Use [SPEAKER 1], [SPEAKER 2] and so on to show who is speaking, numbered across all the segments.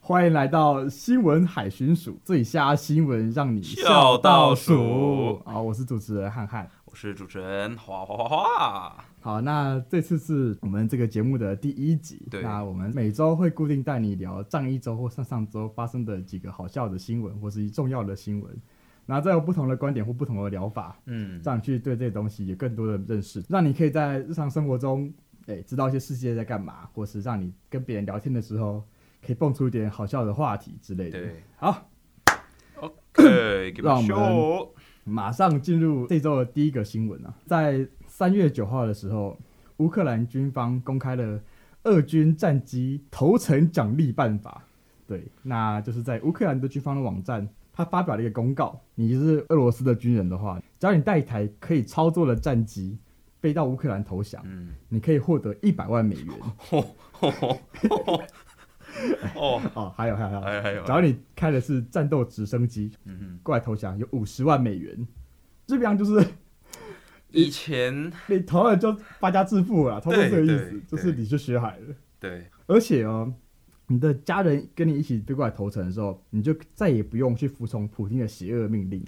[SPEAKER 1] 欢迎来到新闻海巡署，最瞎新闻让你
[SPEAKER 2] 笑到
[SPEAKER 1] 数
[SPEAKER 2] 数。
[SPEAKER 1] 好，我是主持人汉汉。
[SPEAKER 2] 我是主持人哗哗哗哗。
[SPEAKER 1] 好，那这次是我们这个节目的第一集。
[SPEAKER 2] 对
[SPEAKER 1] 那我们每周会固定带你聊上一周或上上周发生的几个好笑的新闻，或是重要的新闻。然后再有不同的观点或不同的疗法，
[SPEAKER 2] 嗯，
[SPEAKER 1] 让你去对这些东西有更多的认识，让你可以在日常生活中，哎、知道一些世界在干嘛，或是让你跟别人聊天的时候，可以蹦出一点好笑的话题之类的。
[SPEAKER 2] 对
[SPEAKER 1] 好，
[SPEAKER 2] ，OK，给
[SPEAKER 1] 让我
[SPEAKER 2] 我
[SPEAKER 1] 们
[SPEAKER 2] 秀。
[SPEAKER 1] 马上进入这周的第一个新闻啊，在三月九号的时候，乌克兰军方公开了俄军战机投诚奖励办法。对，那就是在乌克兰的军方的网站，他发表了一个公告：，你是俄罗斯的军人的话，只要你带一台可以操作的战机飞到乌克兰投降，
[SPEAKER 2] 嗯，
[SPEAKER 1] 你可以获得一百万美元。
[SPEAKER 2] 吼吼吼吼哦，
[SPEAKER 1] 哦，还有还有还有，
[SPEAKER 2] 还有还有，
[SPEAKER 1] 只要你开的是战斗直升机
[SPEAKER 2] 嗯哼，
[SPEAKER 1] 过来投降，有五十万美元。这边就是
[SPEAKER 2] 以前
[SPEAKER 1] 你投了就发家致富啊了啦，差不多
[SPEAKER 2] 对
[SPEAKER 1] 这个意
[SPEAKER 2] 对
[SPEAKER 1] 思，就是
[SPEAKER 2] 对
[SPEAKER 1] 你去学海了。
[SPEAKER 2] 对，
[SPEAKER 1] 而且哦，你的家人跟你一起飞过来投诚的时候，你就再也不用去服从普京的邪恶命令。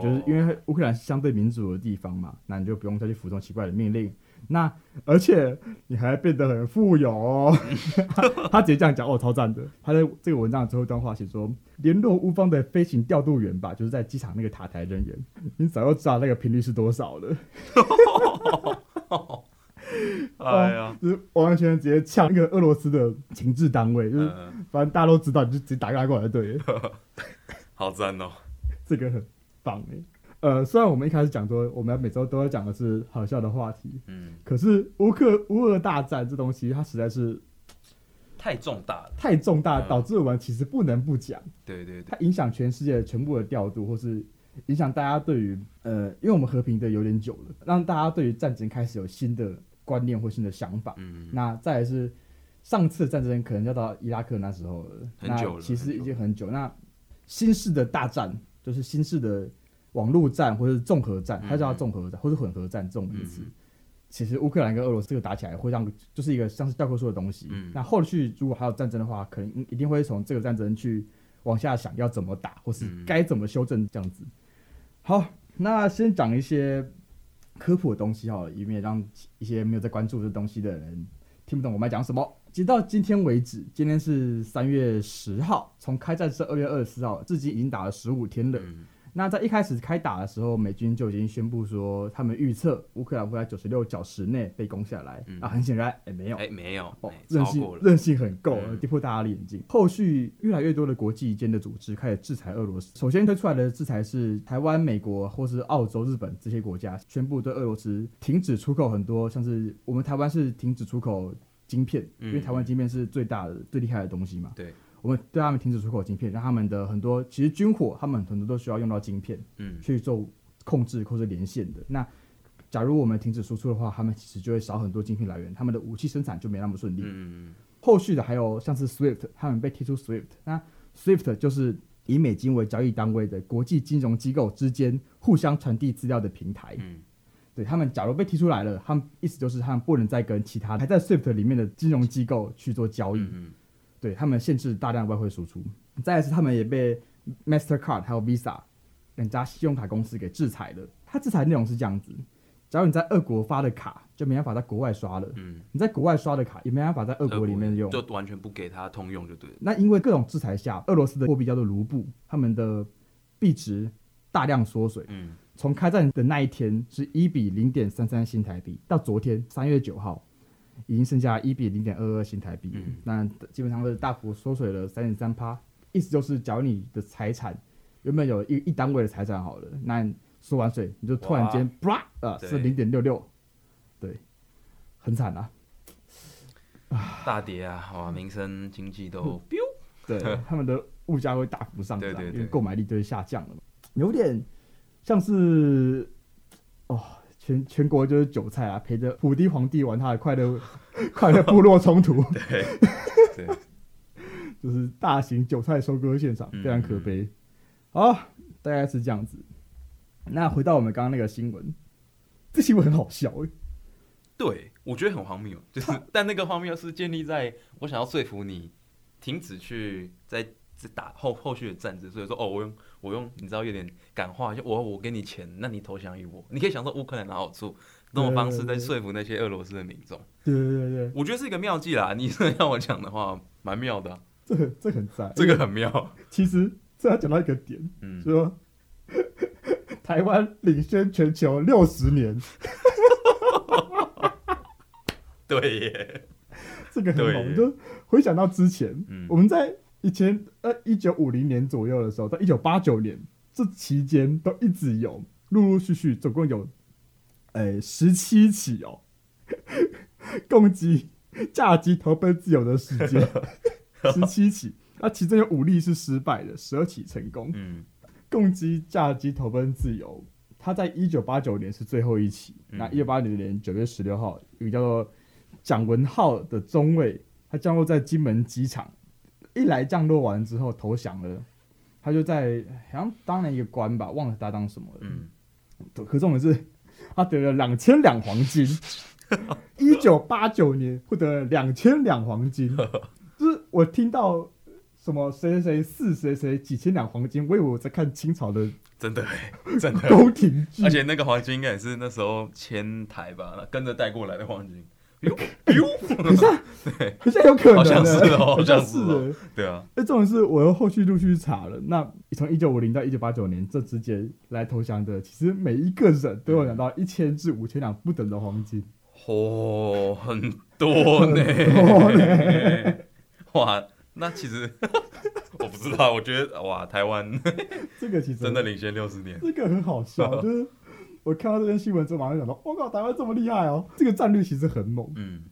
[SPEAKER 1] 嗯，，就是因为乌克兰是相对民主的地方嘛，那你就不用再去服从奇怪的命令。那而且你还变得很富有哦， 他他直接这样讲哦，超赞的。他在这个文章的最后一段话写说，联络乌方的飞行调度员吧，就是在机场那个塔台人员，你早就知道那个频率是多少了。
[SPEAKER 2] 哎呀，
[SPEAKER 1] 就是完完全全直接呛那个俄罗斯的情治单位，就是
[SPEAKER 2] 嗯，
[SPEAKER 1] 反正大家都知道，你就直接打电话过来就对了。
[SPEAKER 2] 好赞哦。
[SPEAKER 1] 这个很棒哎。呃，虽然我们一开始讲说我们每周都要讲的是好笑的话题，
[SPEAKER 2] 嗯，
[SPEAKER 1] 可是乌克乌俄大战这东西，它实在是
[SPEAKER 2] 太重大了。
[SPEAKER 1] 太重大，
[SPEAKER 2] 嗯
[SPEAKER 1] 导致我们其实不能不讲。
[SPEAKER 2] 对对对，
[SPEAKER 1] 它影响全世界全部的调度，或是影响大家对于呃，因为我们和平的有点久了，让大家对于战争开始有新的观念或新的想法。
[SPEAKER 2] 嗯，
[SPEAKER 1] 那再来是上次战争可能要到伊拉克那时候了，
[SPEAKER 2] 很久了
[SPEAKER 1] 那其
[SPEAKER 2] 很
[SPEAKER 1] 实已
[SPEAKER 2] 久
[SPEAKER 1] 经很久。那新式的大战就是新式的网络战或是综合战，
[SPEAKER 2] 嗯
[SPEAKER 1] 它叫它综合战或是混合战这种名词。
[SPEAKER 2] 嗯
[SPEAKER 1] 其实乌克兰跟俄罗斯这个打起来会让就是一个像是教科书的东西。
[SPEAKER 2] 嗯
[SPEAKER 1] 那后续如果还有战争的话，可能一定会从这个战争去往下想要怎么打，或是
[SPEAKER 2] 嗯
[SPEAKER 1] 该怎么修正这样子。好，那先讲一些科普的东西好了，以免让一些没有在关注这东西的人听不懂我们在讲什么。直到今天为止，今天是三月十号，从开战是二月二十四号，至今已经打了十五天了。
[SPEAKER 2] 嗯
[SPEAKER 1] 那在一开始开打的时候，美军就已经宣布说，他们预测乌克兰会在九十六小时内被攻下来。
[SPEAKER 2] 嗯
[SPEAKER 1] 啊，很显然，哎、没有，
[SPEAKER 2] 哎，没有，
[SPEAKER 1] 哦
[SPEAKER 2] 哎，
[SPEAKER 1] 韧
[SPEAKER 2] 超
[SPEAKER 1] 性
[SPEAKER 2] 过了。
[SPEAKER 1] 韧性很够，
[SPEAKER 2] 嗯
[SPEAKER 1] 跌破大家的眼镜。后续越来越多的国际间的组织开始制裁俄罗斯。首先推出来的制裁是台湾、美国或是澳洲、日本这些国家宣布对俄罗斯停止出口很多，像是我们台湾是停止出口晶片，
[SPEAKER 2] 嗯
[SPEAKER 1] 因为台湾晶片是最大的、最厉害的东西嘛。
[SPEAKER 2] 对，
[SPEAKER 1] 我们对他们停止出口晶片，让他们的很多其实军火，他们很多都需要用到晶片。
[SPEAKER 2] 嗯
[SPEAKER 1] 去做控制或者连线的。那假如我们停止输出的话，他们其实就会少很多晶片来源，他们的武器生产就没那么顺利。
[SPEAKER 2] 嗯，
[SPEAKER 1] 后续的还有像是 SWIFT，他们被踢出 SWIFT。那 SWIFT 就是以美金为交易单位的国际金融机构之间互相传递资料的平台。
[SPEAKER 2] 嗯
[SPEAKER 1] 对他们，假如被踢出来了，他们意思就是他们不能再跟其他还在 SWIFT 里面的金融机构去做交易。
[SPEAKER 2] 嗯
[SPEAKER 1] 对他们限制大量的外汇输出。再来是他们也被 Mastercard 还有 Visa 两家信用卡公司给制裁了。它制裁内容是这样子：假如你在俄国发的卡，就没办法在国外刷了；
[SPEAKER 2] 嗯，
[SPEAKER 1] 你在国外刷的卡，也没办法在俄
[SPEAKER 2] 俄
[SPEAKER 1] 国里面用
[SPEAKER 2] 就。完全不给他通用就对了。
[SPEAKER 1] 那因为各种制裁下，俄罗斯的货币叫做卢布，他们的币值大量缩水。
[SPEAKER 2] 嗯
[SPEAKER 1] 从开战的那一天是一比零点三三新台币，到昨天三月九号，已经剩下一比零点二二新台币，
[SPEAKER 2] 嗯
[SPEAKER 1] 那基本上是大幅缩水了三点三趴。意思就是，假如你的财产原本有一一单位的财产好了，那你缩完水，你就突然间啪啊，
[SPEAKER 2] 对
[SPEAKER 1] 是零点六六，对，很惨啊。
[SPEAKER 2] 大跌啊，哇，民生经济都 biu，
[SPEAKER 1] 对，他们的物价会大幅上涨，
[SPEAKER 2] 对对对
[SPEAKER 1] 因为购买力就是下降了嘛，有点像是哦，全全国就是韭菜啊，陪着普帝皇帝玩他的快乐 快乐部落冲突，
[SPEAKER 2] 对对，
[SPEAKER 1] 就是大型韭菜收割现场，
[SPEAKER 2] 嗯
[SPEAKER 1] 非常可悲。好，大概是这样子。那回到我们刚刚那个新闻，这新闻很好笑、欸，
[SPEAKER 2] 对，我觉得很荒谬，就是但那个荒谬是建立在我想要说服你停止去在在打后后续的战争，所以说哦，我用我用你知道有点感化，就我我给你钱，那你投降于我，你可以享受乌克兰的好处，这种方式
[SPEAKER 1] 嗯
[SPEAKER 2] 在说服那些俄罗斯的民众，
[SPEAKER 1] 对对对
[SPEAKER 2] 我觉得是一个妙计啦。你真的要我讲的话，蛮妙的啊、
[SPEAKER 1] 对，这这很赞。
[SPEAKER 2] 这个很妙。
[SPEAKER 1] 其实这要讲到一个点，
[SPEAKER 2] 嗯，
[SPEAKER 1] 说 台湾领先全球六十年，
[SPEAKER 2] 对耶，
[SPEAKER 1] 这个很
[SPEAKER 2] 对
[SPEAKER 1] 猛。我就回想到之前，
[SPEAKER 2] 嗯
[SPEAKER 1] 我们在以前呃一九五零年左右的时候，到一九八九年这期间都一直有陆陆续续，总共有呃十七起哦， 攻击炸击投奔自由的事件，十七起。那其中有五例是失败的，十二起成功。
[SPEAKER 2] 嗯
[SPEAKER 1] 共击炸击投奔自由，它在一九八九年是最后一起。
[SPEAKER 2] 嗯
[SPEAKER 1] 那一九八九年九月十六号，有一个叫做蒋文浩的中尉，他降落在金门机场，一来降落完之后投降了，他就在好像当了一个官吧，忘了他当什么了。
[SPEAKER 2] 嗯，
[SPEAKER 1] 可重点是，他得了两千两黄金， 一九八九年获得了两千两黄金，就是我听到什么谁谁谁四谁谁几千两黄金，我以为我在看清朝的
[SPEAKER 2] 真的耶，真的。
[SPEAKER 1] 宫廷剧
[SPEAKER 2] 而，且那个黄金应该也是那时候迁台吧，跟着带过来的黄金。哎呦，哎
[SPEAKER 1] 可是好像
[SPEAKER 2] 呦，对
[SPEAKER 1] 有可能、
[SPEAKER 2] 好像是
[SPEAKER 1] 欸
[SPEAKER 2] 哦
[SPEAKER 1] 好
[SPEAKER 2] 好像
[SPEAKER 1] 像
[SPEAKER 2] 是
[SPEAKER 1] 是
[SPEAKER 2] 哦
[SPEAKER 1] 欸。
[SPEAKER 2] 对啊，
[SPEAKER 1] 那重点是，我又后续陆续查了，那从一九五零到一九八九年这之间来投降的，其实每一个人都有拿到一千至五千两不等的黄金。
[SPEAKER 2] 哦，很多呢，
[SPEAKER 1] 多
[SPEAKER 2] 哇，那其实 我不知道，我觉得哇，台湾
[SPEAKER 1] 这个其实
[SPEAKER 2] 真的领先六十年，
[SPEAKER 1] 这个很好 笑，就是我看到这篇新闻之后，马上想到，我靠，台湾这么厉害哦！这个战略其实很猛，
[SPEAKER 2] 嗯，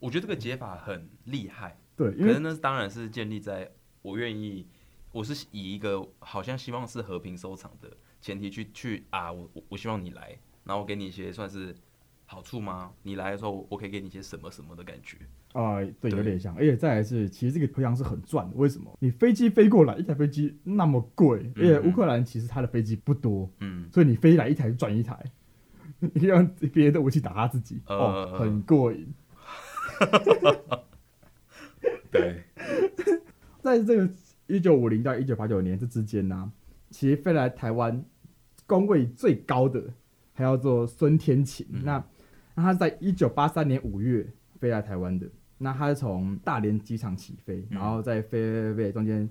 [SPEAKER 2] 我觉得这个解法很厉害，
[SPEAKER 1] 对，因
[SPEAKER 2] 可是
[SPEAKER 1] 为
[SPEAKER 2] 那当然是建立在我愿意，我是以一个好像希望是和平收场的前提去去啊，我我我希望你来，然后我给你一些算是好处吗？你来的时候，我我可以给你一些什么什么的感觉。
[SPEAKER 1] 啊、对，
[SPEAKER 2] 对
[SPEAKER 1] 有点像，而且再来是，其实这个投降是很赚的，为什么？你飞机飞过来，一台飞机那么贵，而且
[SPEAKER 2] 嗯
[SPEAKER 1] 乌克兰其实它的飞机不多，
[SPEAKER 2] 嗯，
[SPEAKER 1] 所以你飞来一台就赚一台， 你让别人的武器打他自己，哦，
[SPEAKER 2] 呃
[SPEAKER 1] 很过瘾。
[SPEAKER 2] 对，
[SPEAKER 1] 在这个一九五零到一九八九年这之间呢、啊其实飞来台湾工位最高的还要做孙天琴。
[SPEAKER 2] 嗯
[SPEAKER 1] 那那他在一九八三年五月飞来台湾的，那他是从大连机场起飞，
[SPEAKER 2] 嗯
[SPEAKER 1] 然后再飞飞飞飞中间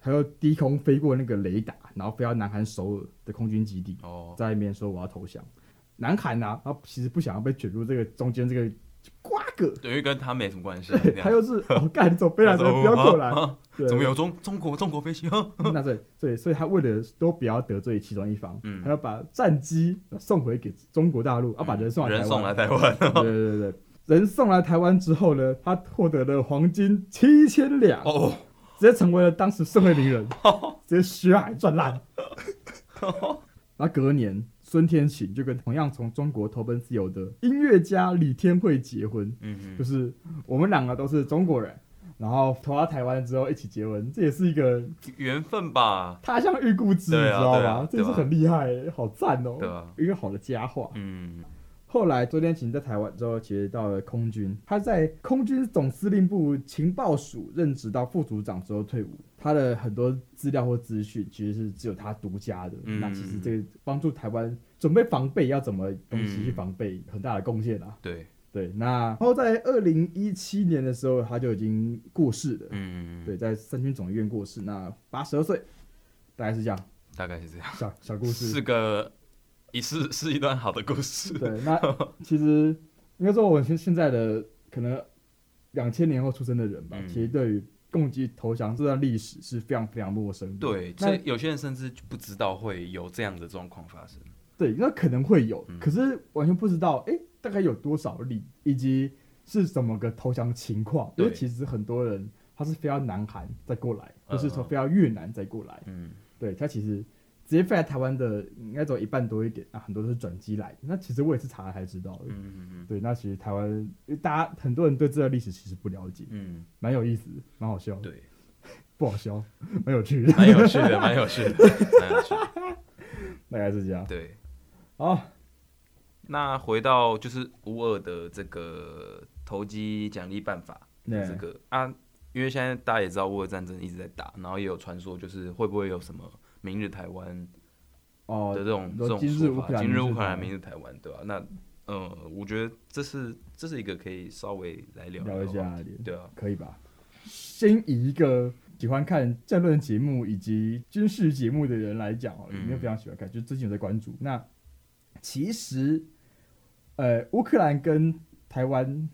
[SPEAKER 1] 还要低空飞过那个雷达，然后飞到南韩首尔的空军基地，
[SPEAKER 2] 哦，
[SPEAKER 1] 在那边说我要投降。南韩呐、啊，他其实不想要被卷入这个中间这个瓜葛，
[SPEAKER 2] 对，因为跟他没什么关系、啊。
[SPEAKER 1] 他又是哦，干，你走飞来的，不要过来
[SPEAKER 2] 啊，啊
[SPEAKER 1] 对
[SPEAKER 2] 怎么有中中国中国飞机啊？
[SPEAKER 1] 那对对，所以他为了都不要得罪其中一方，
[SPEAKER 2] 嗯
[SPEAKER 1] 他要把战机送回给中国大陆，啊要、把人送来
[SPEAKER 2] 嗯人
[SPEAKER 1] 台
[SPEAKER 2] 送来
[SPEAKER 1] 湾。
[SPEAKER 2] 台湾，
[SPEAKER 1] 对对对对，人送来台湾之后呢，他获得了黄金七千两，
[SPEAKER 2] 哦，
[SPEAKER 1] 直接成为了当时社会名 人，直接血海赚烂。
[SPEAKER 2] 哦
[SPEAKER 1] 然后隔年，孙天琴就跟同样从中国投奔自由的音乐家李天惠结婚，
[SPEAKER 2] 嗯
[SPEAKER 1] 就
[SPEAKER 2] 嗯，
[SPEAKER 1] 是我们两个都是中国人，然后投到台湾之后一起结婚，这也是一个
[SPEAKER 2] 缘分吧，
[SPEAKER 1] 他乡遇故知，你
[SPEAKER 2] 对
[SPEAKER 1] 知
[SPEAKER 2] 啊
[SPEAKER 1] 道
[SPEAKER 2] 对啊
[SPEAKER 1] 吗？这也是
[SPEAKER 2] 对啊
[SPEAKER 1] 很厉害欸，好赞哦
[SPEAKER 2] 对啊，
[SPEAKER 1] 一个好的佳话。
[SPEAKER 2] 嗯
[SPEAKER 1] 后来周天琴在台湾之后，其实到了空军，他在空军总司令部情报署任职到副组长之后退伍，他的很多资料或资讯其实是只有他独家的。
[SPEAKER 2] 嗯
[SPEAKER 1] 那其实这个帮助台湾准备防备要怎么东西去防备，很大的贡献啊。
[SPEAKER 2] 对，
[SPEAKER 1] 对，那
[SPEAKER 2] 嗯
[SPEAKER 1] 然后在二零一七年的时候，他就已经过世了。
[SPEAKER 2] 嗯，
[SPEAKER 1] 对，，在三军总医院过世，那八十二岁，大概是这样。
[SPEAKER 2] 大概是这样，
[SPEAKER 1] 小小故
[SPEAKER 2] 是
[SPEAKER 1] 事。
[SPEAKER 2] 个一是 是一段好的故事，
[SPEAKER 1] 对，那其实应该说，我们现现在的可能两千年后出生的人吧，
[SPEAKER 2] 嗯
[SPEAKER 1] 其实对于共击投降这段历史是非常非常陌生的。
[SPEAKER 2] 对，
[SPEAKER 1] 那
[SPEAKER 2] 这有些人甚至不知道会有这样的状况发生。
[SPEAKER 1] 对，那可能会有，
[SPEAKER 2] 嗯
[SPEAKER 1] 可是完全不知道，哎、大概有多少例，以及是怎么个投降情况。因为
[SPEAKER 2] 对
[SPEAKER 1] 其实很多人他是飞到南韩再过来，或是说
[SPEAKER 2] 嗯嗯
[SPEAKER 1] 飞到越南再过来，
[SPEAKER 2] 嗯，
[SPEAKER 1] 对他其实。直接飞来台湾的应该走一半多一点啊，很多都是转机来的。那其实我也是查了才知道的。
[SPEAKER 2] 嗯嗯
[SPEAKER 1] 对，那其实台湾因为大家很多人对这段历史其实不了解，
[SPEAKER 2] 嗯，
[SPEAKER 1] 蛮有意思，蛮好笑，
[SPEAKER 2] 嗯，，对，
[SPEAKER 1] 不好笑，蛮有趣的，
[SPEAKER 2] 蛮有趣的， 蛮有趣的，蛮有趣的。
[SPEAKER 1] 大概是这样。
[SPEAKER 2] 对，
[SPEAKER 1] 好，
[SPEAKER 2] 那回到就是乌二的这个投机奖励办法，
[SPEAKER 1] 对
[SPEAKER 2] 这个啊，因为现在大家也知道乌俄战争一直在打，然后也有传说就是会不会有什么明日台湾
[SPEAKER 1] 哦
[SPEAKER 2] 的，这种、这种
[SPEAKER 1] 今日乌
[SPEAKER 2] 说
[SPEAKER 1] 克兰
[SPEAKER 2] 法，今日乌克兰
[SPEAKER 1] 明
[SPEAKER 2] 明日台湾，对吧、那呃，我觉得这是这是一个可以稍微来聊
[SPEAKER 1] 聊一
[SPEAKER 2] 的话
[SPEAKER 1] 下
[SPEAKER 2] 题，，对啊，
[SPEAKER 1] 可以吧？先以一个喜欢看政论节目以及军事节目的人来讲好了，
[SPEAKER 2] 嗯
[SPEAKER 1] 有没有非常喜欢看？就最近有在关注。那其实，呃，乌克兰跟台湾，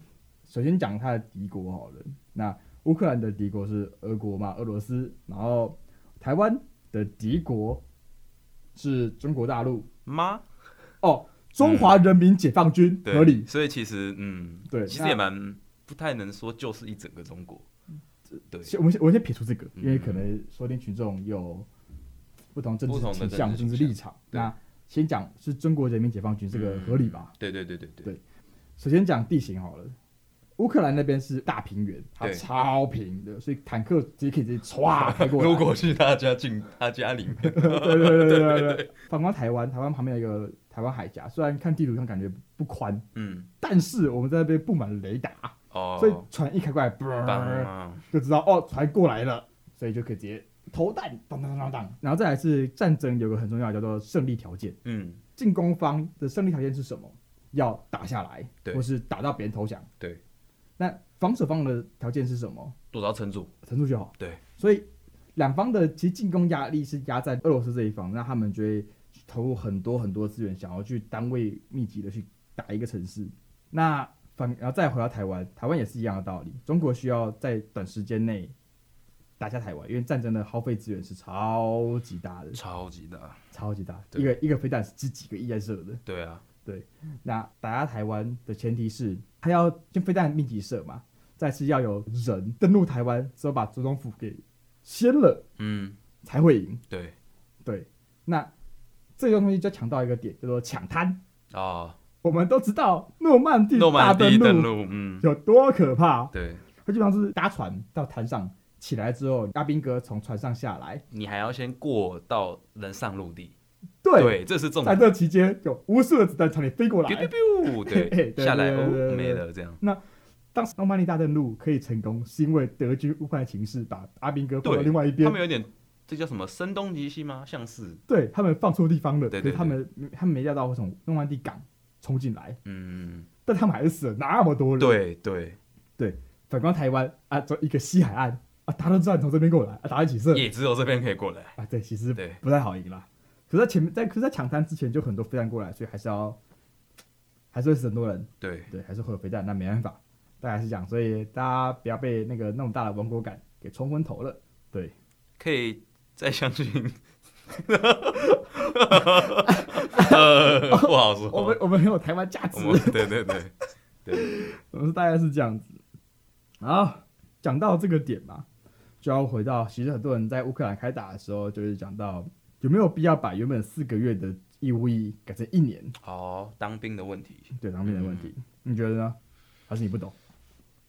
[SPEAKER 1] 首先讲它的敌国好了。那乌克兰的敌国是俄国嘛，俄罗斯，然后台湾的敌国是中国大陆
[SPEAKER 2] 妈，
[SPEAKER 1] 哦，中华人民解放军、
[SPEAKER 2] 对，
[SPEAKER 1] 合理。
[SPEAKER 2] 所以其实嗯，
[SPEAKER 1] 对
[SPEAKER 2] 其实
[SPEAKER 1] 那
[SPEAKER 2] 也蛮不太能说就是一整个中国，对，
[SPEAKER 1] 先我们先我们先撇除这个，
[SPEAKER 2] 嗯
[SPEAKER 1] 因为可能说不定群众有不同政治
[SPEAKER 2] 不同的
[SPEAKER 1] 倾
[SPEAKER 2] 政治
[SPEAKER 1] 向、政治
[SPEAKER 2] 倾向
[SPEAKER 1] 立场。
[SPEAKER 2] 对
[SPEAKER 1] 那先讲是中国人民解放军，这个
[SPEAKER 2] 嗯
[SPEAKER 1] 合理吧？？
[SPEAKER 2] 对对对对对
[SPEAKER 1] 对首先讲地形好了，乌克兰那边是大平原，它
[SPEAKER 2] 对
[SPEAKER 1] 超平的，所以坦克直接可以直接唰开过来。
[SPEAKER 2] 如果去他家进他家里面，
[SPEAKER 1] 对对对对对对，反观台湾，台湾旁边有一个台湾海峡，虽然看地图上感觉不宽，
[SPEAKER 2] 嗯，
[SPEAKER 1] 但是我们在那边布满了雷达，
[SPEAKER 2] 哦，
[SPEAKER 1] 所以船一开过来，
[SPEAKER 2] 棒
[SPEAKER 1] 嘣
[SPEAKER 2] 啊，
[SPEAKER 1] 就知道哦，船过来了，所以就可以直接投弹，当当当当当。然后再来是战争有个很重要的叫做胜利条件，
[SPEAKER 2] 嗯，
[SPEAKER 1] 进攻方的胜利条件是什么？要打下来，
[SPEAKER 2] 对
[SPEAKER 1] 或是打到别人投降。
[SPEAKER 2] 对，
[SPEAKER 1] 那防守方的条件是什么？
[SPEAKER 2] 多少撑住，
[SPEAKER 1] 撑住就好。
[SPEAKER 2] 对，
[SPEAKER 1] 所以两方的其实进攻压力是压在俄罗斯这一方，那他们就会投入很多很多资源，想要去单位密集的去打一个城市。那反然后再回到台湾，台湾也是一样的道理，中国需要在短时间内打下台湾，因为战争的耗费资源是超级大的，
[SPEAKER 2] 超级大，
[SPEAKER 1] 超级大，
[SPEAKER 2] 对
[SPEAKER 1] 一个一个飞弹是几个亿在射的。
[SPEAKER 2] 对啊，
[SPEAKER 1] 那打压台湾的前提是，他要先飞弹密集射嘛，再是要有人登陆台湾之后把总统府给掀了。
[SPEAKER 2] 嗯，
[SPEAKER 1] 才会赢。
[SPEAKER 2] 对，
[SPEAKER 1] 对，那这个东西就强到一个点，叫做抢滩。
[SPEAKER 2] 哦，
[SPEAKER 1] 我们都知道诺曼底
[SPEAKER 2] 诺
[SPEAKER 1] 大
[SPEAKER 2] 曼底登
[SPEAKER 1] 陆
[SPEAKER 2] 陆，嗯，
[SPEAKER 1] 有多可怕，
[SPEAKER 2] 对，
[SPEAKER 1] 它基本上是搭船到滩上起来之后，阿兵哥从船上下来，
[SPEAKER 2] 你还要先过到人上陆地，
[SPEAKER 1] 对，
[SPEAKER 2] 这是重
[SPEAKER 1] 在
[SPEAKER 2] 点。
[SPEAKER 1] 这期间有无数的子弹朝你飞过
[SPEAKER 2] biu biu
[SPEAKER 1] 来。
[SPEAKER 2] biu，
[SPEAKER 1] 嘿嘿
[SPEAKER 2] 对，
[SPEAKER 1] 对
[SPEAKER 2] 下来
[SPEAKER 1] 对对对
[SPEAKER 2] 哦
[SPEAKER 1] 对
[SPEAKER 2] 没了这样，
[SPEAKER 1] 当时诺曼底大登陆可以成功，是因为德军乌克兰情势把阿兵哥放到
[SPEAKER 2] 对
[SPEAKER 1] 另外一
[SPEAKER 2] 他
[SPEAKER 1] 边
[SPEAKER 2] 们，有点这叫什么声东击西吗？像是，
[SPEAKER 1] 对他们放错地方了，
[SPEAKER 2] 对
[SPEAKER 1] 可
[SPEAKER 2] 对
[SPEAKER 1] 是他们他们没料到会从诺曼底港冲进来，
[SPEAKER 2] 嗯，
[SPEAKER 1] 但他们还是死了那么多人。
[SPEAKER 2] 对对，
[SPEAKER 1] 反观台湾啊，走一个西海岸啊，大家都知道你从这边过来，啊，打家起射
[SPEAKER 2] 也只有这边可以过来，
[SPEAKER 1] 啊，对，其实
[SPEAKER 2] 对
[SPEAKER 1] 不太好赢啦。可是在前面，在可是在抢滩之前就很多飞弹过来，所以还是要还是会死很多人，
[SPEAKER 2] 对，
[SPEAKER 1] 对，还是会有飞弹，那没办法，大概是这样，所以大家不要被那个那么大的亡国感给冲昏头了。对，
[SPEAKER 2] 可以再相信。 呃，不好 说。
[SPEAKER 1] 我们我们很有台湾价值
[SPEAKER 2] 我，们对对对对，
[SPEAKER 1] 我们是大概是这样子。好，讲到这个点嘛，就要回到其实很多人在乌克兰开打的时候，就是讲到有没有必要把原本四个月的义务役改成一年，
[SPEAKER 2] 好，当兵的问题，
[SPEAKER 1] 对当面的问题，
[SPEAKER 2] 嗯
[SPEAKER 1] 你觉得呢？还是你不懂？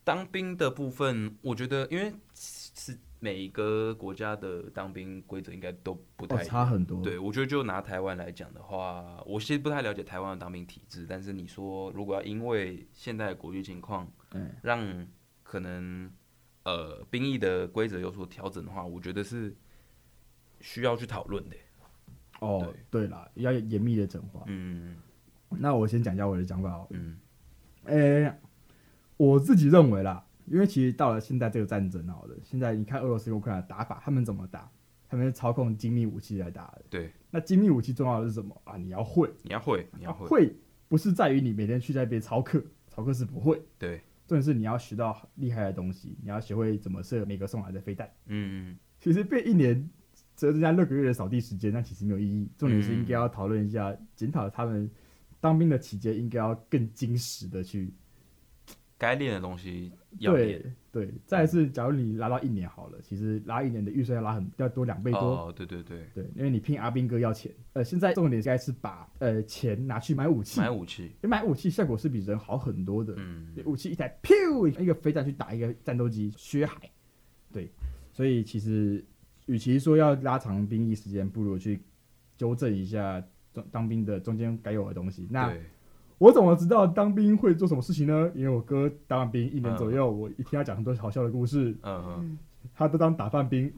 [SPEAKER 2] 当兵的部分，我觉得因为是每一个国家的当兵规则应该都不
[SPEAKER 1] 哦，
[SPEAKER 2] 太一样
[SPEAKER 1] 差很多。
[SPEAKER 2] 对，我觉得就拿台湾来讲的话，我其实不太了解台湾的当兵体制，但是你说如果要因为现在的国际情况，
[SPEAKER 1] 嗯
[SPEAKER 2] 让可能呃兵役的规则有所调整的话，我觉得是需要去讨论的。
[SPEAKER 1] 哦，对啦，要严密的整化。
[SPEAKER 2] 嗯
[SPEAKER 1] 那我先讲一下我的想法哦。
[SPEAKER 2] 嗯
[SPEAKER 1] 诶、我自己认为啦，因为其实到了现在这个战争，啊好了，现在你看俄罗斯跟乌克兰的打法，他们怎么打？他们是操控精密武器来打的。
[SPEAKER 2] 对，
[SPEAKER 1] 那精密武器重要的是什么啊？你要会，啊
[SPEAKER 2] 你要会，你要会，
[SPEAKER 1] 会不是在于你每天去在那边操课，操课是不会，
[SPEAKER 2] 对，
[SPEAKER 1] 重点是你要学到厉害的东西，你要学会怎么射每个送来的飞弹。
[SPEAKER 2] 嗯
[SPEAKER 1] 其实变一年，只增加六个月的扫地时间，那其实没有意义。重点是
[SPEAKER 2] 嗯
[SPEAKER 1] 应该要讨论一下，检讨他们当兵的期间应该要更精实的去
[SPEAKER 2] 该练的东西要练
[SPEAKER 1] 对。对。再来是，假如你拉到一年好了，其实拉一年的预算要拉很要多两倍多。
[SPEAKER 2] 哦，对对对，
[SPEAKER 1] 对，因为你拼阿兵哥要钱，呃，现在重点应该是把呃钱拿去买武器，
[SPEAKER 2] 买武器，
[SPEAKER 1] 因为买武器效果是比人好很多的。
[SPEAKER 2] 嗯，
[SPEAKER 1] 武器一台，噗，一个飞弹去打一个战斗机，血海。对，所以其实与其说要拉长兵役时间，不如去纠正一下中当兵的中间该有的东西。那
[SPEAKER 2] 对，
[SPEAKER 1] 我怎么知道当兵会做什么事情呢？因为我哥当完兵一年左右，我一听他讲很多好笑的故事，
[SPEAKER 2] 嗯嗯，
[SPEAKER 1] 他都当打饭兵，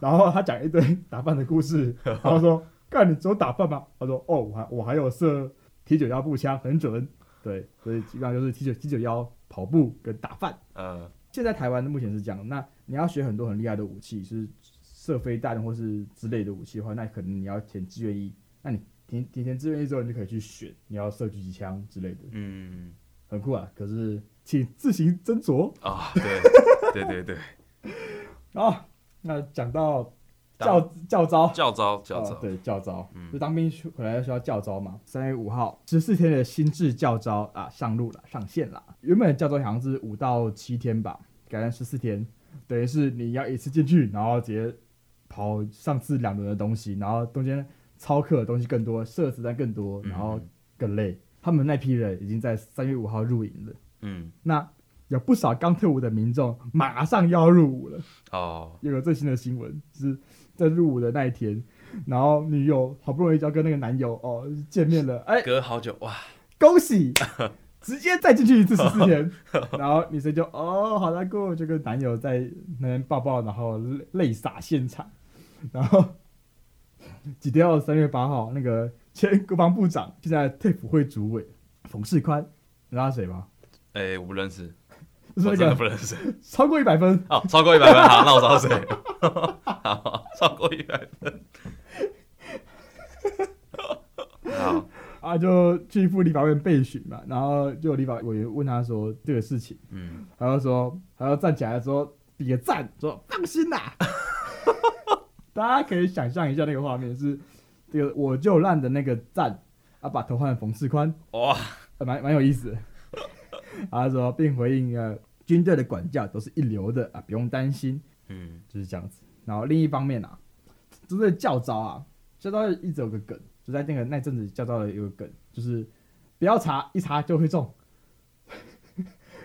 [SPEAKER 1] 然后他讲一堆打饭的故事，然后说：“干，你只有打饭吗？”他说：“哦，我还我还有射 T 九幺步枪，很准。”对，所以基本上就是 T 九 T 九幺跑步跟打饭。
[SPEAKER 2] 呃，
[SPEAKER 1] 现在台湾目前是这样，那你要学很多很厉害的武器，是射飞弹或是之类的武器的话，那可能你要填志愿役。那你填填填志愿役之后，你就可以去选你要射狙击枪之类的，
[SPEAKER 2] 嗯
[SPEAKER 1] 很酷啊。可是请自行斟酌
[SPEAKER 2] 啊，对 对对对，
[SPEAKER 1] 啊。那讲到教
[SPEAKER 2] 当
[SPEAKER 1] 教招，
[SPEAKER 2] 教招教招
[SPEAKER 1] 哦，对教招，
[SPEAKER 2] 嗯
[SPEAKER 1] 就当兵需回来需要教招嘛。三月五号，十四天的新制教招啊，上路了，上线了。原本的教招好像是五到七天吧，改成十四天，等于是你要一次进去，然后直接跑上次两轮的东西，然后中间操课的东西更多，射子弹更多，
[SPEAKER 2] 嗯
[SPEAKER 1] 然后更累。他们那批人已经在三月五号入营了，
[SPEAKER 2] 嗯
[SPEAKER 1] 那有不少刚退伍的民众马上要入伍了。
[SPEAKER 2] 哦，
[SPEAKER 1] 有个最新的新闻，就是在入伍的那一天，然后女友好不容易就要跟那个男友哦见面了，哎、
[SPEAKER 2] 隔好久哇，
[SPEAKER 1] 恭喜，直接再进去一次十四天，然后女生就哦好难过，就跟男友在那边抱抱，然后泪泪洒现场，然后几天后三月八号，那个前国防部长现在退辅会主委冯世宽，你知道他谁吗？
[SPEAKER 2] 哎，我不认识，
[SPEAKER 1] 就是
[SPEAKER 2] 我
[SPEAKER 1] 那
[SPEAKER 2] 真的
[SPEAKER 1] 个
[SPEAKER 2] 不认识，
[SPEAKER 1] 超过一百分，
[SPEAKER 2] 哦，超过一百分，好，那我找谁？ 好，超过一百分，好，
[SPEAKER 1] 啊，就去赴立法院备询嘛，然后就有立法委员问他说这个事情，
[SPEAKER 2] 嗯，
[SPEAKER 1] 他就说，他就站起来说比个赞，说放心啦、 大家可以想象一下那个画面是这个我就烂的那个赞啊，把头换成冯世宽，
[SPEAKER 2] 哇，
[SPEAKER 1] 呃蛮蛮有意思的。 啊他说，并回应呃军队的管教都是一流的啊，不用担心，
[SPEAKER 2] 嗯
[SPEAKER 1] 就是这样子。然后另一方面啊，就是那个教招啊，教招一直有个梗，就在那个那阵子教招的有个梗，就是不要查，一查就会中，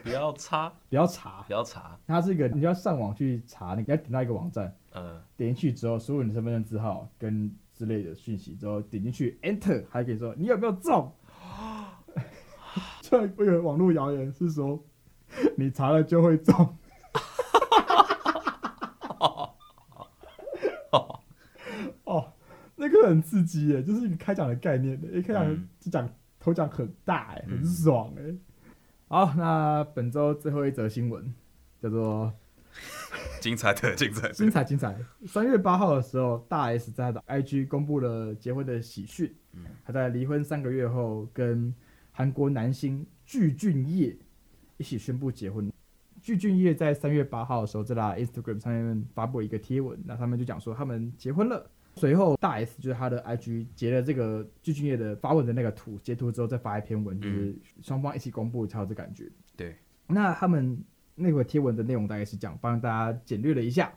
[SPEAKER 2] 不要擦，
[SPEAKER 1] 不要查。
[SPEAKER 2] 不要查，
[SPEAKER 1] 它是一个你要上网去查，那个你要点到一个网站，
[SPEAKER 2] 呃，
[SPEAKER 1] 点进去之后，输入你的身份证字号跟之类的讯息之后，点进去 Enter，还可以说你有没有中。 这我有网络谣言是说，你查了就会中。 哦，那个很刺激耶，就是一个开奖的概念的，一开奖
[SPEAKER 2] 嗯
[SPEAKER 1] 就奖头奖很大哎，很
[SPEAKER 2] 嗯
[SPEAKER 1] 爽哎。好，那本周最后一则新闻叫做
[SPEAKER 2] 精彩的，精彩
[SPEAKER 1] 精
[SPEAKER 2] 的，
[SPEAKER 1] 彩精彩！三月八号的时候，大 S 在她的 IG 公布了结婚的喜讯
[SPEAKER 2] 嗯。
[SPEAKER 1] 她在离婚三个月后，跟韩国男星具俊晔一起宣布结婚。具俊晔在三月八号的时候，在他 Instagram 上面发布一个贴文，那他们就讲说他们结婚了。随后，大 S 就是他的 IG 截了这个具俊晔的发文的那个图，截图之后再发一篇文，就是双方一起公布才有这感觉。
[SPEAKER 2] 嗯对，
[SPEAKER 1] 那他们那个贴文的内容大概是这样，帮大家简略了一下。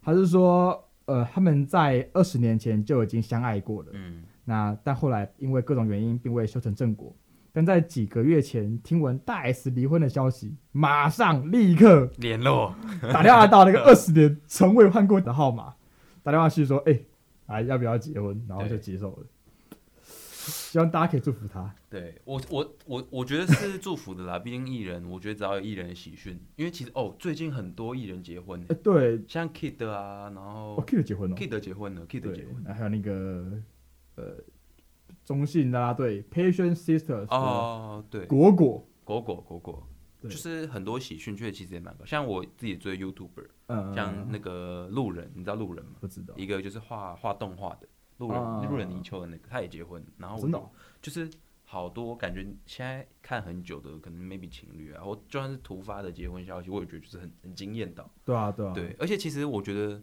[SPEAKER 1] 他是说，呃，他们在二十年前就已经相爱过了，
[SPEAKER 2] 嗯
[SPEAKER 1] 那但后来因为各种原因并未修成正果。但在几个月前听闻大 S 离婚的消息，马上立刻
[SPEAKER 2] 联络，
[SPEAKER 1] 打电话到那个二十年从未换过的号码，打电话去说，哎、啊要不要结婚？然后就
[SPEAKER 2] 对
[SPEAKER 1] 接受了。希望大家可以祝福他。
[SPEAKER 2] 对我我我我觉得是祝福的啦， 毕竟艺人，我觉得只要有艺人的喜讯，因为其实哦，最近很多艺人结婚欸
[SPEAKER 1] 哎、，对，
[SPEAKER 2] 像 Kid 啊，然
[SPEAKER 1] 我
[SPEAKER 2] 后
[SPEAKER 1] Kid 结婚了、
[SPEAKER 2] Kid 哦结婚了，Kid
[SPEAKER 1] 对，
[SPEAKER 2] 结婚，
[SPEAKER 1] 然后还有那个呃中信啦啦队 Patient Sisters 的
[SPEAKER 2] 哦，对，
[SPEAKER 1] 果果，
[SPEAKER 2] 果果果果，
[SPEAKER 1] 对
[SPEAKER 2] 就是很多喜讯，确实其实也蛮高。像我自己追 YouTuber，
[SPEAKER 1] 嗯，
[SPEAKER 2] 像那个路人，你知道路人吗？
[SPEAKER 1] 不知道，
[SPEAKER 2] 一个就是画画动画的路
[SPEAKER 1] 啊
[SPEAKER 2] 人，路人泥鳅的那个，他也结婚，然后我
[SPEAKER 1] 真的
[SPEAKER 2] 就
[SPEAKER 1] 哦
[SPEAKER 2] 就是好多感觉现在看很久的，可能 maybe 情侣啊，或就算是突发的结婚消息，我也觉得就是很很惊艳到。
[SPEAKER 1] 对啊对啊，
[SPEAKER 2] 对，而且其实我觉得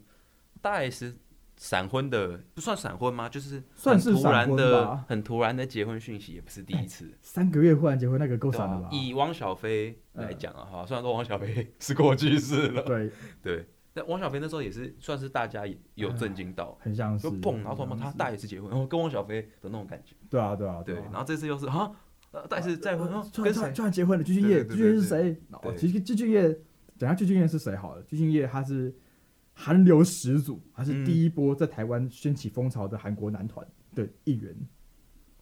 [SPEAKER 2] 大 S 闪婚的不算闪婚吗？就是
[SPEAKER 1] 算是
[SPEAKER 2] 很突
[SPEAKER 1] 闪
[SPEAKER 2] 然
[SPEAKER 1] 婚
[SPEAKER 2] 的
[SPEAKER 1] 吧、
[SPEAKER 2] 很突然的结婚讯息，也不是第一次。
[SPEAKER 1] 三个月忽然结婚，那个够
[SPEAKER 2] 对
[SPEAKER 1] 闪
[SPEAKER 2] 啊
[SPEAKER 1] 的吧？嗯
[SPEAKER 2] 以汪小菲来讲的话，虽然说汪小菲 是过去式了，
[SPEAKER 1] 对，
[SPEAKER 2] 对，但汪小菲那时候也是算是大家也有震惊到，
[SPEAKER 1] 很像是
[SPEAKER 2] 就蹦，然后说嘛他大 S 结婚，然哦后跟汪小菲的那种感觉，
[SPEAKER 1] 对啊对啊
[SPEAKER 2] 对，
[SPEAKER 1] 啊
[SPEAKER 2] 然后这次又是啊，呃大 S 再婚，
[SPEAKER 1] 呃
[SPEAKER 2] 哦
[SPEAKER 1] 突然
[SPEAKER 2] 跟
[SPEAKER 1] 突
[SPEAKER 2] 谁
[SPEAKER 1] 然？突然结婚了，具俊晔，
[SPEAKER 2] 对对
[SPEAKER 1] 具
[SPEAKER 2] 对
[SPEAKER 1] 俊晔是谁？哦
[SPEAKER 2] 对
[SPEAKER 1] 其实具俊晔，讲下具俊晔是谁好了，具俊晔他是韩流始祖，他是
[SPEAKER 2] 嗯
[SPEAKER 1] 第一波在台湾掀起风潮的韩国男团的一员，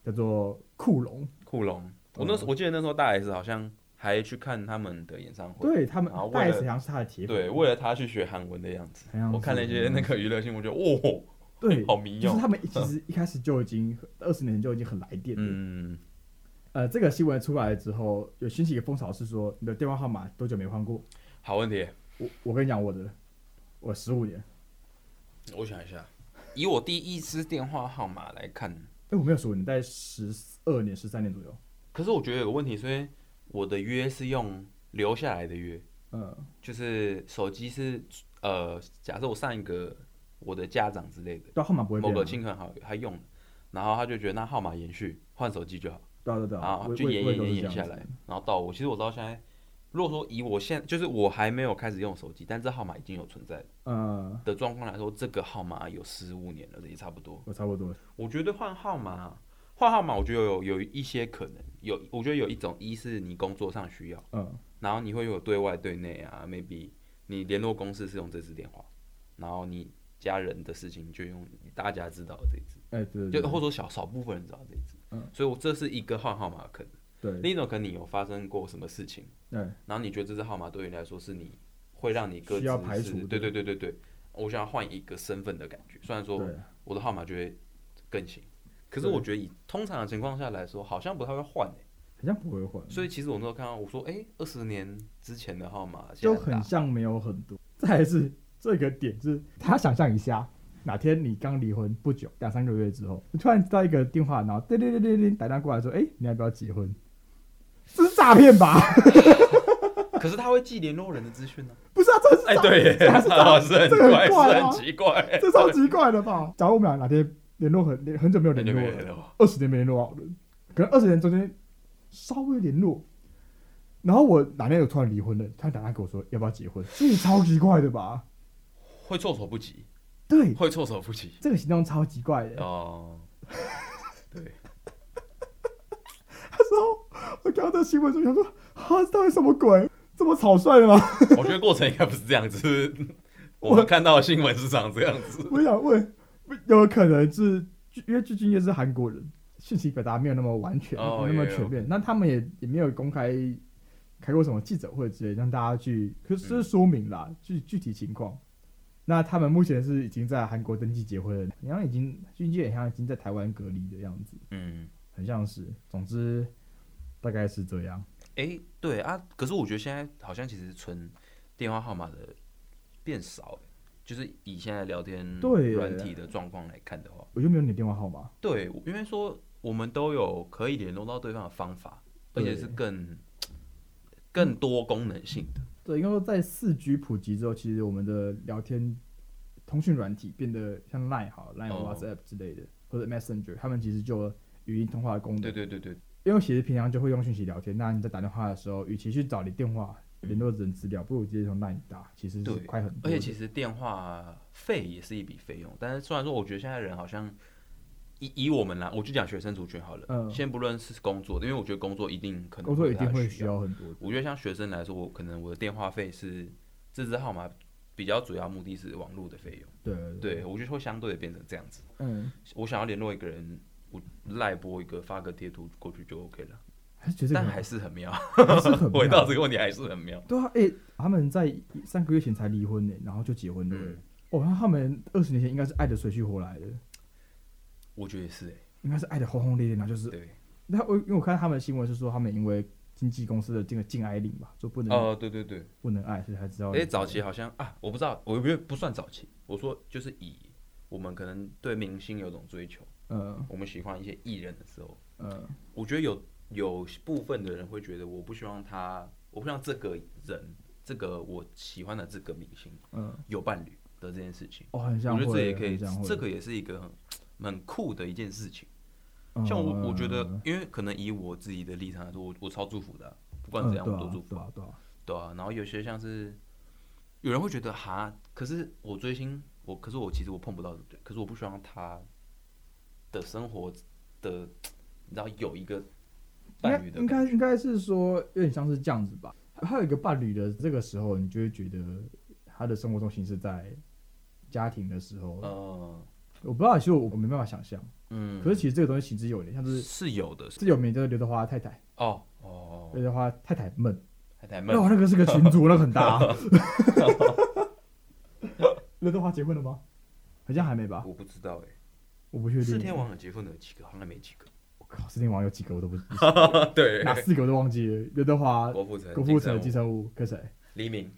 [SPEAKER 1] 叫做酷龙。
[SPEAKER 2] 库龙，我
[SPEAKER 1] 嗯
[SPEAKER 2] 那时候我记得那时候大 S 好像还去看他们的演唱会，
[SPEAKER 1] 对他们
[SPEAKER 2] 然后为
[SPEAKER 1] 大 S
[SPEAKER 2] 了
[SPEAKER 1] 好像是他的铁粉，
[SPEAKER 2] 对，为了他去学韩文的样子
[SPEAKER 1] 好像。是嗯
[SPEAKER 2] 我看了一些那个娱乐新闻，我觉得哦，
[SPEAKER 1] 对，
[SPEAKER 2] 好迷
[SPEAKER 1] 就是
[SPEAKER 2] 哦。
[SPEAKER 1] 他们其实一开始就已经二十年前就已经很来电了。
[SPEAKER 2] 嗯，
[SPEAKER 1] 呃，这个新闻出来之后，有掀起一个风潮，是说你的电话号码多久没换过？
[SPEAKER 2] 好问题，
[SPEAKER 1] 我我跟你讲我的，我十五年，
[SPEAKER 2] 我想一下，以我第一支电话号码来看，
[SPEAKER 1] 哎、我没有十五年，在十二年、十三年左右。
[SPEAKER 2] 可是我觉得有个问题，所以我的约是用留下来的约，
[SPEAKER 1] 嗯，
[SPEAKER 2] 就是手机是呃，假设我上一个我的家长之类的
[SPEAKER 1] 对啊，号码不会
[SPEAKER 2] 某
[SPEAKER 1] 变、
[SPEAKER 2] 个
[SPEAKER 1] 啊。
[SPEAKER 2] 亲朋好友他用了，然后他就觉得那号码延续，换手机就好。
[SPEAKER 1] 对啊对啊对
[SPEAKER 2] 然
[SPEAKER 1] 啊，
[SPEAKER 2] 后
[SPEAKER 1] 我
[SPEAKER 2] 就
[SPEAKER 1] 我
[SPEAKER 2] 延
[SPEAKER 1] 我也
[SPEAKER 2] 延
[SPEAKER 1] 都
[SPEAKER 2] 延
[SPEAKER 1] 是
[SPEAKER 2] 延
[SPEAKER 1] 这
[SPEAKER 2] 下
[SPEAKER 1] 样子
[SPEAKER 2] 来，然后到我，其实我到现在，如果说以我现就是我还没有开始用手机，但这号码已经有存在
[SPEAKER 1] 呃，
[SPEAKER 2] 的状况来说，这个号码有十五年了，也差不多。
[SPEAKER 1] 我差不多。
[SPEAKER 2] 我觉得换号码，换号码，我觉得有有一些可能，有我觉得有一种，一是你工作上需要，
[SPEAKER 1] 嗯，
[SPEAKER 2] 然后你会有对外对内啊，maybe 你联络公司是用这支电话，然后你家人的事情就用大家知道的这一支，
[SPEAKER 1] 哎、对对
[SPEAKER 2] 就
[SPEAKER 1] 对
[SPEAKER 2] 或者说小少部分人知道这一支，
[SPEAKER 1] 嗯
[SPEAKER 2] 所以我这是一个换号码的可能。
[SPEAKER 1] 对对
[SPEAKER 2] 另一种可能你有发生过什么事情，
[SPEAKER 1] 对，
[SPEAKER 2] 然后你觉得这支号码对你来说是你会让你各自
[SPEAKER 1] 需要排除
[SPEAKER 2] 是对对对对对，我想要换一个身份的感觉。虽然说
[SPEAKER 1] 对
[SPEAKER 2] 我的号码就会更新，可是
[SPEAKER 1] 对
[SPEAKER 2] 我觉得以通常的情况下来说，好像不太会换、欸、
[SPEAKER 1] 好像不会换，
[SPEAKER 2] 所以其实我那时候看到我说，哎、二十年之前的号码现
[SPEAKER 1] 就
[SPEAKER 2] 在
[SPEAKER 1] 很
[SPEAKER 2] 打
[SPEAKER 1] 像没有很多。再来是这个点是，他想象一下，哪天你刚离婚不久，两三个月之后，你突然接到一个电话，然后叮叮叮叮叮打电话过来说，哎、你要不要结婚？这是诈骗吧？
[SPEAKER 2] 可是他会记联络人的资讯呢。
[SPEAKER 1] 不是啊，这是诈
[SPEAKER 2] 哎、对 耶，
[SPEAKER 1] 这是
[SPEAKER 2] 他老是很
[SPEAKER 1] 这个
[SPEAKER 2] 怪，
[SPEAKER 1] 很
[SPEAKER 2] 哦是
[SPEAKER 1] 怪啊
[SPEAKER 2] 很奇怪，
[SPEAKER 1] 这超奇怪的吧？假如我们俩哪天联络很很久没有
[SPEAKER 2] 那
[SPEAKER 1] 联
[SPEAKER 2] 就
[SPEAKER 1] 络
[SPEAKER 2] 没
[SPEAKER 1] 了
[SPEAKER 2] 人。了。
[SPEAKER 1] 二十年没联络好了，可能二十年中间稍微联络，然后我哪天有突然离婚了，他打电话给我说要不要结婚，这也超奇怪的吧？
[SPEAKER 2] 会措手不及，
[SPEAKER 1] 对，
[SPEAKER 2] 会措手不及
[SPEAKER 1] 这个行动超奇怪的。
[SPEAKER 2] 哦。对，
[SPEAKER 1] 他说我看到这新闻就想说，啊，这到底什么鬼？这么草率吗？
[SPEAKER 2] 我觉得过程应该不是这样子， 是我们看到的新闻是长这样子。
[SPEAKER 1] 我想问，有可能是因为最近也是韩国人，讯息表达没有那么完全，
[SPEAKER 2] 哦
[SPEAKER 1] 没有那么
[SPEAKER 2] 也有
[SPEAKER 1] 全面，那他们也也没有公开开过什么记者会之类，让大家去，可
[SPEAKER 2] 嗯
[SPEAKER 1] 是这是说明啦，具、具体情况。那他们目前是已经在韩国登记结婚了，然后已经经纪人好像已经在台湾隔离的样子，
[SPEAKER 2] 嗯，
[SPEAKER 1] 很像是。总之，大概是这样。
[SPEAKER 2] 哎、对啊，可是我觉得现在好像其实存电话号码的变少了，就是以现在聊天
[SPEAKER 1] 对
[SPEAKER 2] 软体的状况来看的话，
[SPEAKER 1] 我就没有你的电话号码，
[SPEAKER 2] 对，因为说我们都有可以联络到对方的方法，而且
[SPEAKER 1] 对
[SPEAKER 2] 是更更多功能性的。
[SPEAKER 1] 对，应该说在四 G 普及之后，其实我们的聊天通讯软体变得像 Line 好，Line、
[SPEAKER 2] 哦
[SPEAKER 1] WhatsApp 之类的，或者 Messenger，他们其实就有语音通话的功能。
[SPEAKER 2] 对对对对，
[SPEAKER 1] 因为其实平常就会用讯息聊天，那你在打电话的时候，与其去找你电话联络人资料，不如直接从 Line 打，其实是
[SPEAKER 2] 嗯对
[SPEAKER 1] 快很
[SPEAKER 2] 而
[SPEAKER 1] 多的。
[SPEAKER 2] 且其实电话费也是一笔费用，但是虽然说，我觉得现在人好像以以我们来，我就讲学生族群好了，
[SPEAKER 1] 嗯
[SPEAKER 2] 先不论是工作，因为我觉得工作一定可能
[SPEAKER 1] 工作一定会
[SPEAKER 2] 会需
[SPEAKER 1] 需
[SPEAKER 2] 要。
[SPEAKER 1] 要很多的。
[SPEAKER 2] 我觉得像学生来说，我可能我的电话费是这支号码比较主要目的是网络的费用，
[SPEAKER 1] 对
[SPEAKER 2] 对，我觉得会相对的变成这样子。
[SPEAKER 1] 嗯，
[SPEAKER 2] 我想要联络一个人，我赖播一个发个贴图过去就 OK 了，
[SPEAKER 1] 还是觉得
[SPEAKER 2] 但
[SPEAKER 1] 很
[SPEAKER 2] 还是很妙。
[SPEAKER 1] 还是很
[SPEAKER 2] 回到
[SPEAKER 1] 妙。
[SPEAKER 2] 这个问题还是很妙。
[SPEAKER 1] 对啊，哎、他们在三个月前才离婚呢，然后就结婚了。
[SPEAKER 2] 嗯
[SPEAKER 1] 哦，那他们二十年前应该是爱的死去活来的，
[SPEAKER 2] 我觉得也是、欸，
[SPEAKER 1] 应该是爱的轰轰烈烈，然后就是
[SPEAKER 2] 对，
[SPEAKER 1] 那我因为我看他们的新闻是说，他们因为经纪公司的这个禁爱令吧，就不能、
[SPEAKER 2] 呃，对对对。
[SPEAKER 1] 不能爱，所以才知道。呃
[SPEAKER 2] 哎、早期好像啊，我不知道，我觉得不算早期。我说就是以我们可能对明星有种追求，
[SPEAKER 1] 呃
[SPEAKER 2] 我们喜欢一些艺人的时候，
[SPEAKER 1] 呃，
[SPEAKER 2] 我觉得有有部分的人会觉得，我不希望他，我不希望这个人，这个我喜欢的这个明星
[SPEAKER 1] 嗯
[SPEAKER 2] 有伴侣的这件事情，
[SPEAKER 1] 哦，很像
[SPEAKER 2] 我
[SPEAKER 1] 会，
[SPEAKER 2] 觉得这也可以
[SPEAKER 1] 很像会，
[SPEAKER 2] 这个也是一个很很酷的一件事情。
[SPEAKER 1] 嗯
[SPEAKER 2] 像我，我觉得，因为可能以我自己的立场来说，我我超祝福的啊、不管怎样
[SPEAKER 1] 嗯
[SPEAKER 2] 我都祝福
[SPEAKER 1] 对。啊对啊对啊，
[SPEAKER 2] 对啊，然后有些像是有人会觉得哈，可是我追星，我可是我其实我碰不到的，可是我不希望他的生活的，你知道有一个伴侣
[SPEAKER 1] 应该
[SPEAKER 2] 的
[SPEAKER 1] 应该应
[SPEAKER 2] 感觉，
[SPEAKER 1] 该是说有点像是这样子吧。还有一个伴侣的这个时候，你就会觉得他的生活重心是在家庭的时候。哦
[SPEAKER 2] 呃，
[SPEAKER 1] 我不知道，其实我我没办法想象。
[SPEAKER 2] 嗯，
[SPEAKER 1] 可是其实这个东西行之有年，像
[SPEAKER 2] 是
[SPEAKER 1] 是
[SPEAKER 2] 是有的，
[SPEAKER 1] 最有名就是刘德华的太太，
[SPEAKER 2] 哦哦，
[SPEAKER 1] 对的话太太闷。
[SPEAKER 2] 太太闷
[SPEAKER 1] 那，我那个是个群主，那个很大、 啊。刘德华结婚了吗？好像还没吧，
[SPEAKER 2] 我不知道哎、
[SPEAKER 1] 我不确定。
[SPEAKER 2] 四天，王有结婚的有几 个？好像没几个。
[SPEAKER 1] 我靠，四天王有几个我都不，
[SPEAKER 2] 对
[SPEAKER 1] 哪四个我都忘记了。刘德华、
[SPEAKER 2] 郭富城、
[SPEAKER 1] 郭富城、
[SPEAKER 2] 金
[SPEAKER 1] 金
[SPEAKER 2] 城武
[SPEAKER 1] 城武跟谁？
[SPEAKER 2] 黎明，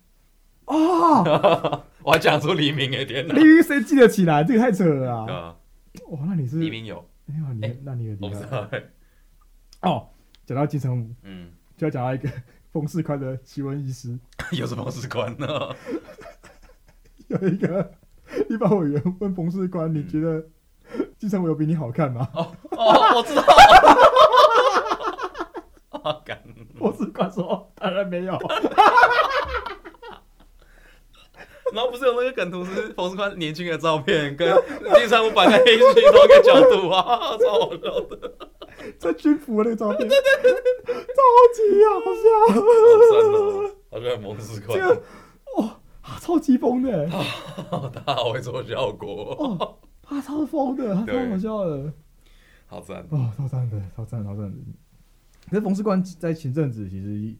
[SPEAKER 1] 哦，
[SPEAKER 2] 我还讲出黎明哎、天哪！
[SPEAKER 1] 黎明谁记得起来？这个太扯了
[SPEAKER 2] 对
[SPEAKER 1] 啊！
[SPEAKER 2] 啊，
[SPEAKER 1] 哇，那你是
[SPEAKER 2] 黎，明有，
[SPEAKER 1] 哎呀，你
[SPEAKER 2] 哎
[SPEAKER 1] 那你有
[SPEAKER 2] 我
[SPEAKER 1] 厉
[SPEAKER 2] 不知
[SPEAKER 1] 害
[SPEAKER 2] 道、欸。
[SPEAKER 1] 哦。讲到金城武，
[SPEAKER 2] 嗯，
[SPEAKER 1] 就要讲到一个 冯世宽的奇闻异事，
[SPEAKER 2] 有什么事关呢？
[SPEAKER 1] 有一个 立法委员问冯世宽，你
[SPEAKER 2] 嗯
[SPEAKER 1] 觉得金城武有比你好看吗？
[SPEAKER 2] 哦，我知道。 哦好感，
[SPEAKER 1] 冯世宽说，当然没有。
[SPEAKER 2] 然后不是有那个梗图是冯世宽年轻的照片， 跟金山武摆在黑区同一个角度啊，超好笑的。
[SPEAKER 1] 在军服的那个照片，超级啊好
[SPEAKER 2] 好赞哦，好喜欢冯世
[SPEAKER 1] 笑，这
[SPEAKER 2] 宽，
[SPEAKER 1] 个哇、超级疯的欸，
[SPEAKER 2] 他 好会做效果，
[SPEAKER 1] 哦，他超疯的，他超
[SPEAKER 2] 对
[SPEAKER 1] 好笑的，
[SPEAKER 2] 好赞。
[SPEAKER 1] 哦，超赞的，超赞，超赞的。可是冯世官在前阵子其实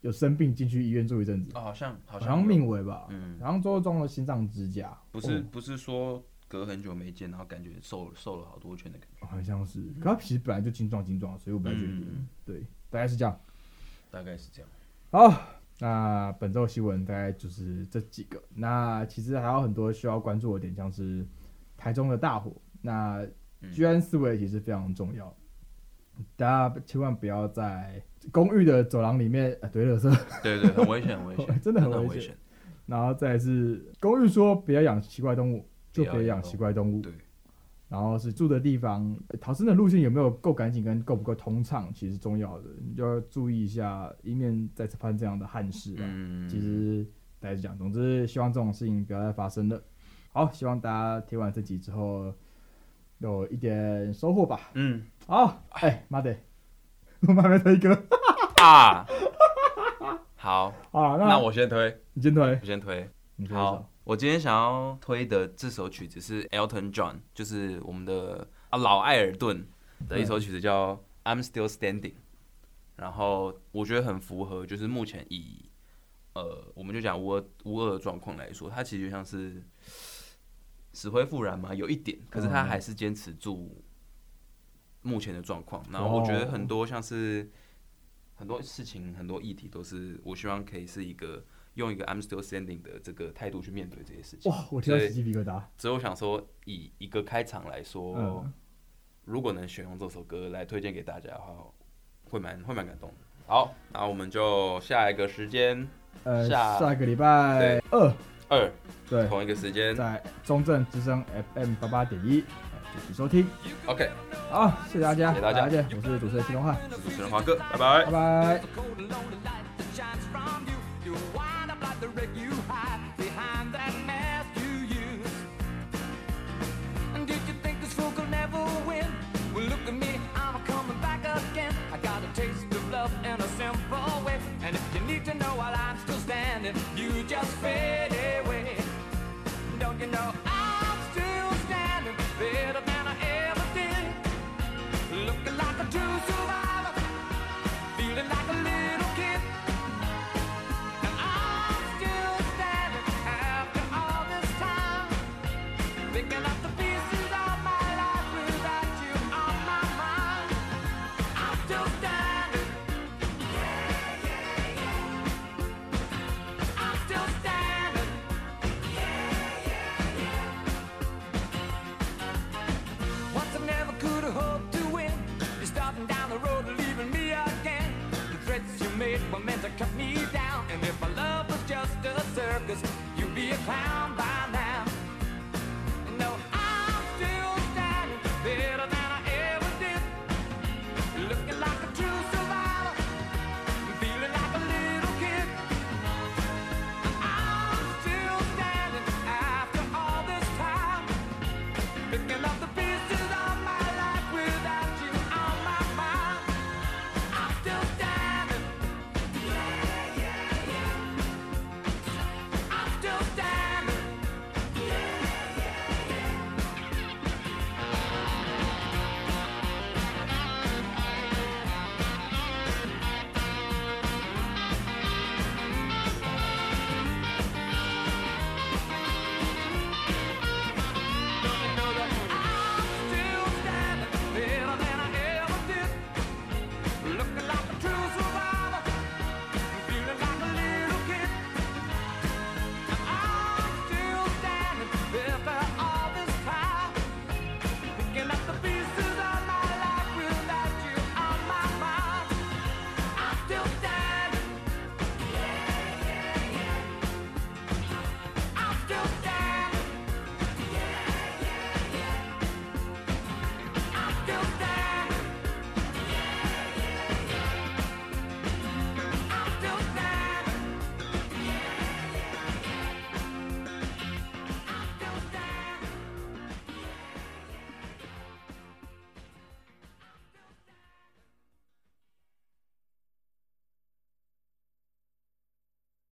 [SPEAKER 1] 有生病，进去医院住一阵子，
[SPEAKER 2] 哦，好像好
[SPEAKER 1] 好
[SPEAKER 2] 像
[SPEAKER 1] 像
[SPEAKER 2] 有
[SPEAKER 1] 命危吧，
[SPEAKER 2] 嗯
[SPEAKER 1] 然后最后装了心脏支架，
[SPEAKER 2] 不是
[SPEAKER 1] 哦
[SPEAKER 2] 不是说隔很久没见，然后感觉瘦瘦了好多圈的感觉，
[SPEAKER 1] 哦好像是，可他其实本来就精壮精壮，所以我不太确定，
[SPEAKER 2] 嗯
[SPEAKER 1] 对，大概是这样。
[SPEAKER 2] 大概是这样。
[SPEAKER 1] 好，那本周新闻大概就是这几个。那其实还有很多需要关注的点，像是台中的大火。那
[SPEAKER 2] 嗯
[SPEAKER 1] 居安思危其实非常重要，大家千万不要在公寓的走廊里面呃堆垃圾，
[SPEAKER 2] 对对，很危险，很危险，
[SPEAKER 1] 真的很
[SPEAKER 2] 很
[SPEAKER 1] 危
[SPEAKER 2] 危
[SPEAKER 1] 险
[SPEAKER 2] 险。
[SPEAKER 1] 然后再来是公寓说不要养奇怪动物，就
[SPEAKER 2] 不
[SPEAKER 1] 别
[SPEAKER 2] 要养
[SPEAKER 1] 养奇怪动物。
[SPEAKER 2] 对，
[SPEAKER 1] 然后是住的地方，呃逃生的路线有没有够干净跟够不够通畅，其实重要的，你就要注意一下，以免再次发生这样的憾事啊吧。
[SPEAKER 2] 嗯，
[SPEAKER 1] 其实大家讲，总之希望这种事情不要再发生了。好，希望大家听完这集之后有一点收获吧。
[SPEAKER 2] 嗯
[SPEAKER 1] 好，哎，妈的， 我们还没推歌
[SPEAKER 2] 啊，好，
[SPEAKER 1] 啊，
[SPEAKER 2] 那我先推，
[SPEAKER 1] 你先推，
[SPEAKER 2] 我先推。
[SPEAKER 1] 你推一首
[SPEAKER 2] 好，我今天想要推的这首曲子是 Elton John，就是我们的啊老艾尔顿的一首曲子叫《I'm Still Standing》，然后我觉得很符合，就是目前以呃我们就讲乌俄乌俄的状况来说，它其实就像是死灰复燃嘛，有一点，可是他
[SPEAKER 1] 嗯
[SPEAKER 2] 还是坚持住目前的状况。然后我觉得很多像是很多事情、很多议题都是我希望可以是一个用一个 I'm still standing 的这个态度去面对这些事情。
[SPEAKER 1] 哇，我听到
[SPEAKER 2] 所以
[SPEAKER 1] 起鸡皮疙瘩。
[SPEAKER 2] 所以我想说，以一个开场来说，
[SPEAKER 1] 嗯
[SPEAKER 2] 如果能选用这首歌来推荐给大家的话，会蛮会蛮感动的。好，那我们就下一个时间
[SPEAKER 1] 呃，
[SPEAKER 2] 下
[SPEAKER 1] 下个礼拜二，
[SPEAKER 2] 二
[SPEAKER 1] 对，
[SPEAKER 2] 同一个时间
[SPEAKER 1] 在中正之声 FM 八八点一，哎继续收听。
[SPEAKER 2] ，OK，
[SPEAKER 1] 好，谢谢大家，
[SPEAKER 2] 谢谢大家
[SPEAKER 1] 见，我是主持人谢东汉，
[SPEAKER 2] 我是主持人华哥，拜拜
[SPEAKER 1] 拜。拜。
[SPEAKER 3] The cold and lonely light that shines from you. You wind up like the wreck you hide behind that mask you use. And did you think this fool could never win? Well, look at me, I'm coming back again. I got a taste of love in a simple way. And if you need to know while I'm still standing, you just fade away. Don't you know I'm still standing better than I ever did? Looking like a true survivor feeling like a little kid. And I'm still standing after all this time, thinking I